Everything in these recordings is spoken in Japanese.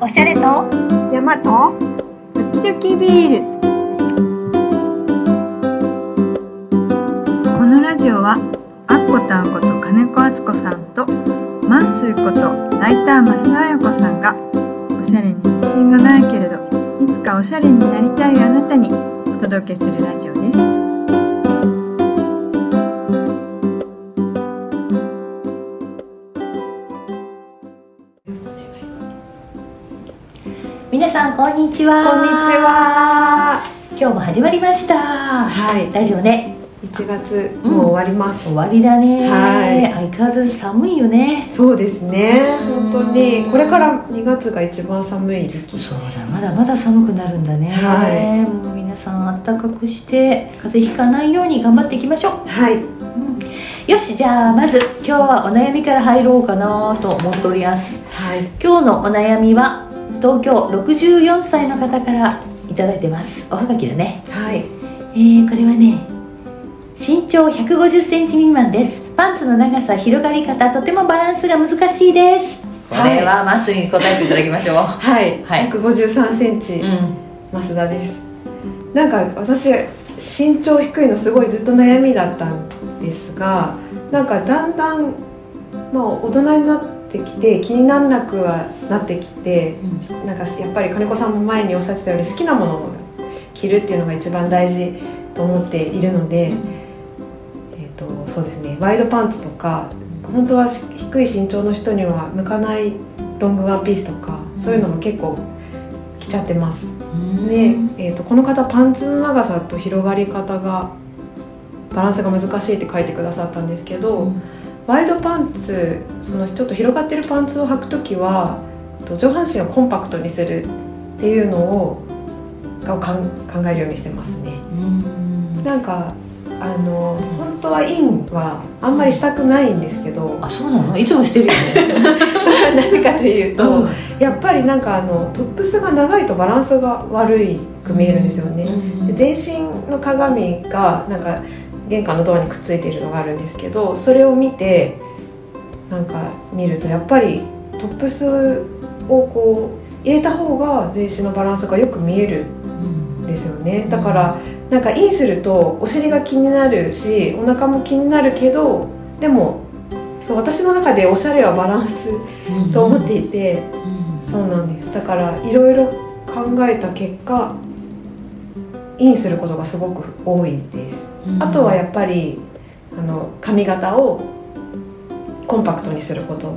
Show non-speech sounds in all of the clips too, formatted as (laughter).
おしゃれと山とドキドキビールこのラジオはアッコタンこと金子敦子さんとマッスーことライター増田彩子さんがおしゃれに自信がないけれどいつかおしゃれになりたいあなたにお届けするラジオです皆さんこんにちはこんにちは今日も始まりましたはいラジオね1月うんもう終わります、終わりだねはい相変わらず寒いよねそうですねうん本当にこれから2月が一番寒い時期そうだまだまだ寒くなるんだねはいもう皆さん暖かくして風邪ひかないように頑張っていきましょうはいよしじゃあまず今日はお悩みから入ろうかなと思っておりますはい今日のお悩みは東京64歳の方からいただいてますおはがきだねはいえー、これはね身長1 5 0センチ未満ですパンツの長さ広がり方とてもバランスが難しいですこはいれはまっすぐに答えていただきましょうはい、はい153センチ、うん増田ですなんか私身長低いのすごいずっと悩みだったんですがなんかだんだん、まあ、大人になってきて気になんなくはなってきてなんかやっぱり金子さんも前におっしゃってたように好きなものを着るっていうのが一番大事と思っているので、えっとそうですねワイドパンツとか本当は低い身長の人には向かないロングワンピースとかそういうのも結構着ちゃってます。で、えー、とこの方パンツの長さと広がり方がバランスが難しいって書いてくださったんですけど、ワイドパンツそのちょっと広がってるパンツを履く時はと上半身をコンパクトにするっていうのをがかん考えるようにしてますね。うんなんかあの本当はインはあんまりしたくないんですけどあそうなのいつもしてるよ (laughs) ねそれはなぜかというと、うんやっぱりなんかあのトップスが長いとバランスが悪いく見えるんですよね。うんで全身の鏡がなんか玄関のドアにくっついているのがあるんですけどそれを見てなんか見るとやっぱりトップスをこう入れた方が全身のバランスがよく見えるんですよねだからなんかインするとお尻が気になるしお腹も気になるけどでもそう私の中でおしゃれはバランスうんと思っていて。うんそうなんですだからいろいろ考えた結果インすることがすごく多いですあとはやっぱりあの髪型をコンパクトにすること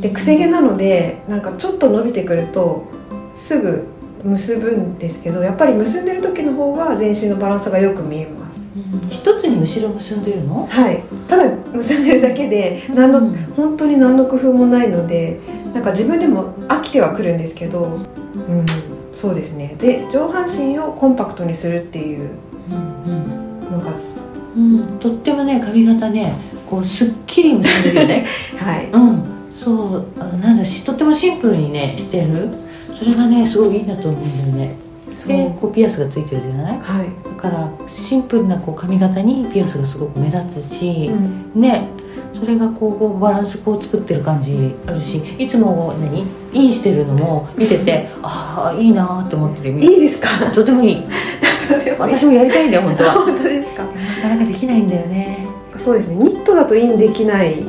でくせ毛なのでなんかちょっと伸びてくるとすぐ結ぶんですけどやっぱり結んでる時の方が全身のバランスがよく見えますうん一つに後ろ結んでるのはいただ結んでるだけで何のうん本当に何の工夫もないのでなんか自分でも飽きてはくるんですけど、うん、そうですねで上半身をコンパクトにするっていううんうんのがうん、とってもね髪型ねこうすっきり結んでるよねはいうんそうあのなんだしとってもシンプルにねしてるそれがねすごいいいなと思うんだよねそうでこうピアスがついてるじゃないはい、だからシンプルなこう髪型にピアスがすごく目立つしう、ん、ねそれがこうこうバランスこう作ってる感じあるしいつもこう何インしてるのも見ててああいいなーって思ってるいいです (laughs) かとてもいい私もやりたいんだよ本当は本当ですかなかなかできないんだよね、そうですねニットだとインできない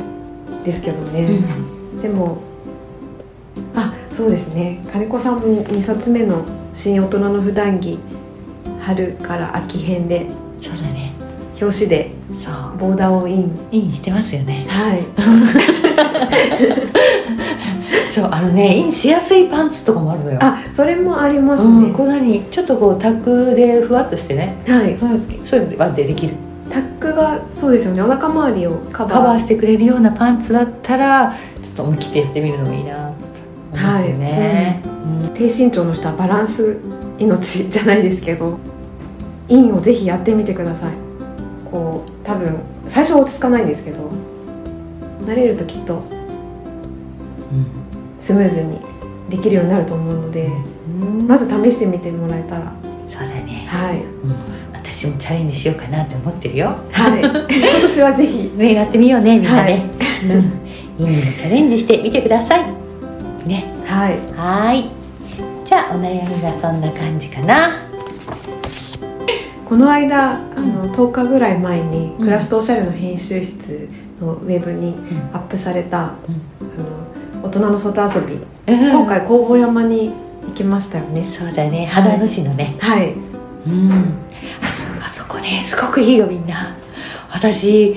ですけどね、でもあそうですね金子さんも2冊目の「新大人の普段着春から秋編」でそうだね表紙でそうボーダーをインインしてますよねはいそうあのねインしやすいパンツとかもあるのよあそれもありますうね、ん、こう何ちょっとこうタックでふわっとしてね、はいうん、そういうのはでできるタックがそうですよねお腹周りをカバーカバーしてくれるようなパンツだったらちょっと思い切ってやってみるのもいいなと思ってね、低身長の人はバランス命じゃないですけどインをぜひやってみてくださいこう多分最初は落ち着かないんですけど慣れるときっとスムーズにできるようになると思うのでうんうんまず試してみてもらえたらそうだねはい私もチャレンジしようかなって思ってるよ (laughs) はい今年はぜひねやってみようねみんなね、うんインにもチャレンジしてみてくださいねはいはーいじゃあお悩みはそんな感じかなこの間あの10日ぐらい前に「暮らしとおしゃれ」の編集室のウェブにんアップされた、あの大人の外遊び今今回工房山に行きましたよねそうだね肌の市のね、はいうんあそあそこねすごくいいよみんな (laughs) 私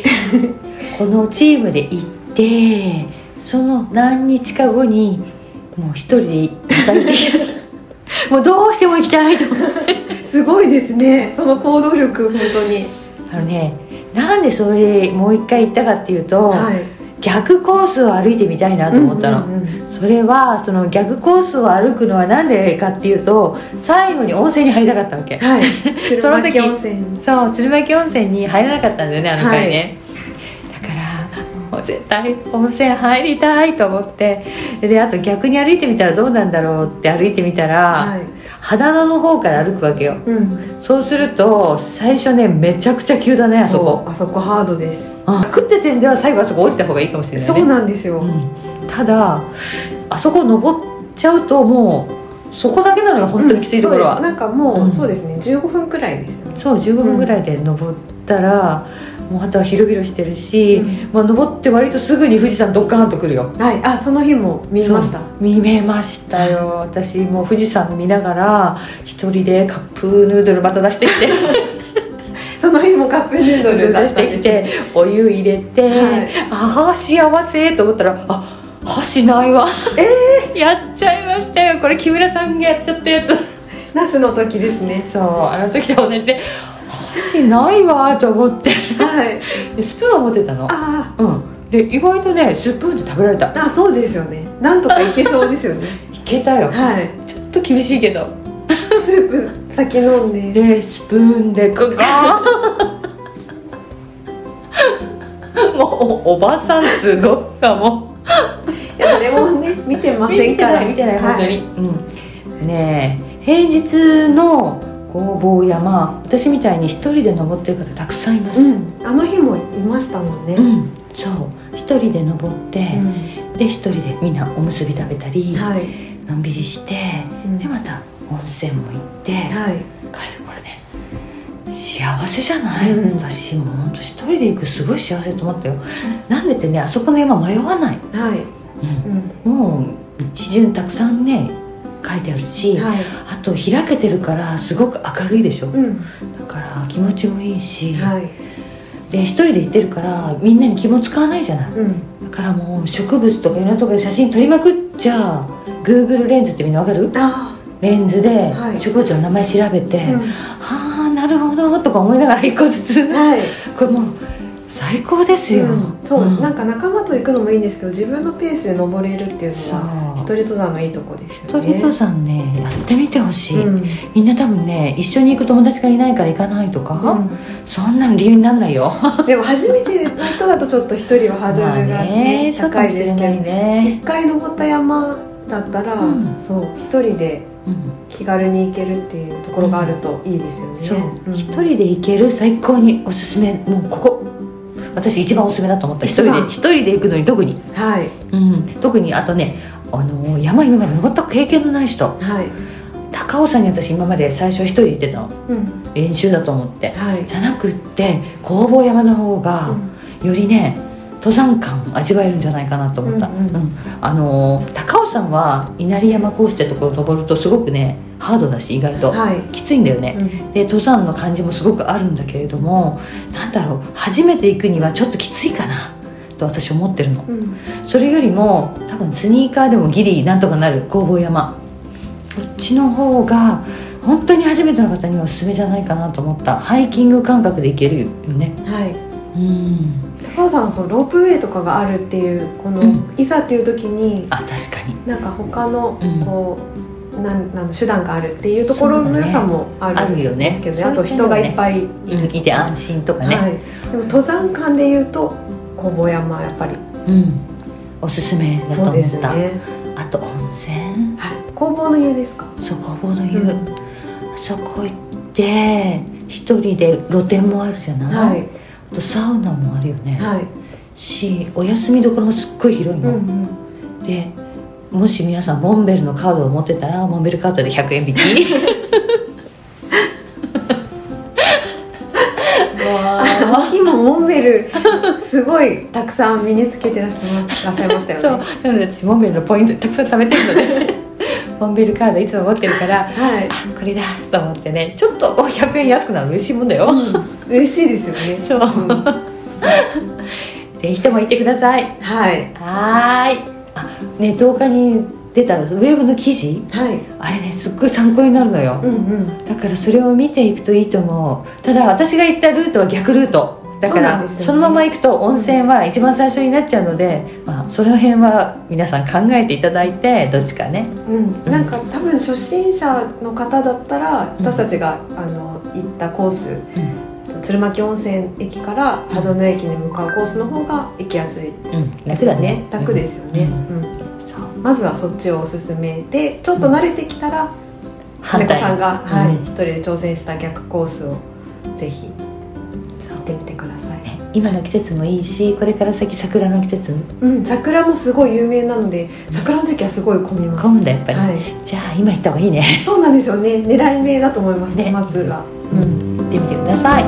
このチームで行ってその何日か後にもう一人で働い (laughs) てきたもうどうしても行きたいと思ってすごいですねその行動力本当にあのねなんでそれもう一回行ったかっていうと、はい逆コースを歩いてみたいなと思ったの、うんうんうんそれはその逆コースを歩くのはなんでかっていうと最後に温泉に入りたかったわけはいその時鶴巻温泉そう鶴巻温泉に入らなかったんだよねあの回ね、だからもう絶対温泉入りたいと思ってであと逆に歩いてみたらどうなんだろうって歩いてみたら、はい肌野の方から歩くわけようんそうすると最初ねめちゃくちゃ急だねあそこうあそこハードですうん食って点では最後あそこ降りた方がいいかもしれないねそうなんですよ、うんただあそこ登っちゃうともうそこだけなのが本当にきついところは、うんそうですなんかもう、うんそうですね15分くらいですよねそう15分ぐらいで登ったら、もうあとは広々してるし、うんまあ、登って割とすぐに富士山ドッカーンと来るよはいあその日も見ました見えましたよ私もう富士山見ながら一人でカップヌードルまた出してき (laughs) てその日もカップヌードルだ出 (laughs) っしたんてできすねてお湯入れて、はいああ幸せと思ったらあ箸ないわえ (laughs) やっちゃいましたよこれ木村さんがやっちゃったやつナスの時ですねそうあの時と同じで箸ないわと思って (laughs) はいでスプーンは持ってたのあうんで意外とねスプーンで食べられたーあそうですよねなんとかいけそうですよね (laughs) いけたよはいちょっと厳しいけどスープ先飲んででスプーンでクガーンもうおばさんすごっかも (laughs) いや誰もね見てませ見んてかならい見てない本当はいに、うんねえ平日の工房山私みたいに一人で登ってる方たくさんいます、うん、あの日もいましたもんね、うんそう一人で登って、で一人でみんなおむすび食べたうり、んはい、のんびりしてうんでまた温泉も行って、はい帰るこれね幸せじゃない、うん私もうほんと一人で行くすごい幸せと思ったよなんでってねあそこの山迷わない、はい、うんもう道順たくさんね書いてあるし、はい、あと開けてるからすごく明るいでしょ、うん、だから気持ちもいいし、はい、で一人で行ってるからみんなに気も使わないじゃないうん、だからもう植物とかいろんなとこで写真撮りまくっちゃ Google レンズってみんなわかるあレンズではい植物の名前調べて、ー、うん、はあなるほどとか思いながら一個ずつはい、これもう最高ですよ、うん、そう、んなんか仲間と行くのもいいんですけど、自分のペースで登れるっていうのそは一う人登山のいいとこです一よね。人とさんねやってみてほしい、うん、みんな多分ね一緒に行く友達がいないから行かないとか、うそんなの理由にならないよん、 (laughs) でも初めての人だとちょっと一人はハードルがね、そうか高もいしでれすなけいど、ね、一回登った山だったら、うんそう一人でうん、気軽に行けるっていうところがあるといいですよね。そううん一、人で行ける最高におすすめもうここ私一番おすすめだと思った一一人番で一人で行くのに特に、はいうん、特にあとねあの山今まで登った経験のない人はい、高尾山に私今まで最初は一人で行ってたのうん、練習だと思ってはい、じゃなくって工房山の方がうんよりね登山感味わえるんじゃないかなと思った、ううんんうんあのー高尾山は稲荷山コースってところを登るとすごくねハードだし意外と、はい、きついんだよね、うんで登山の感じもすごくあるんだけれどもなんだろう初めて行くにはちょっときついかなと私思ってるのうん、それよりも多分スニーカーでもギリなんとかなる工房山こっちの方が本当に初めての方にはおすすめじゃないかなと思ったハイキング感覚でいけるよねはい。うん高尾さんはそのロープウェイとかがあるっていうこの、うんいざっていう時にあ確かになんか他のうんこう、なんなん手段があるっていうところそうのだね良さもああるんるよねですけど、そういあうと人がいっぱいいる、うん、いて安心とかね、はい、でも登山間で言うと工房山はやっぱりうんおすすめだとそう思でっすねた、あと温泉はい工房の湯ですかそう工房の湯、うんそこ行って一人で露店もあるじゃない、はいあとサウナもあるよね、はい、しお休みどころもすっごい広いうの、んうん、でもし皆さんモンベルのカードを持ってたらモンベルカードで100円引き (laughs) あの日もモンベルすごいたくさん身につけてらっしゃいましたそようね。なので私モンベルのポイントたくさん貯めてるの (laughs) でモンベルカードいつも持ってるからはい、あこれだと思ってねちょっとお100円安くなるの嬉しいもんだよ嬉しいですよね。そうんぜひとも行ってくださいはい、はーいあね10日に出たウェブの記事はい、あれねすっごい参考になるのようんうん、だからそれを見ていくといいと思うただ私が行ったルートは逆ルートだかそうなんらですよそ,、ねのまま行くと温泉は一番最初になっちゃうので、まあ、その辺は皆さん考えていただいてどっちかねうん、なんか多分初心者の方だったら、私たちがあの行ったコース。鶴巻温泉駅から波動野駅に向かうコースの方が行きやすいうん、楽だね楽ですよね、うんうんそうまずはそっちをおすすめでちょっと慣れてきたら反金子対さんが、はいうん一人で挑戦した逆コースをぜひ行そうってみてください、ね今の季節もいいしこれから先桜の季節うん、桜もすごい有名なので桜の時期はすごい混みます、混むんだやっぱり、はじゃあ今行った方がいいねい、そうなんですよね狙い目だと思います、ねまずは、ううんん、行ってみてください。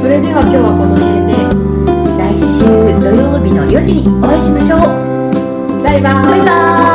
それでは今日はこの辺来週土曜日の4時にお会いしましょう。でバイババイバーイ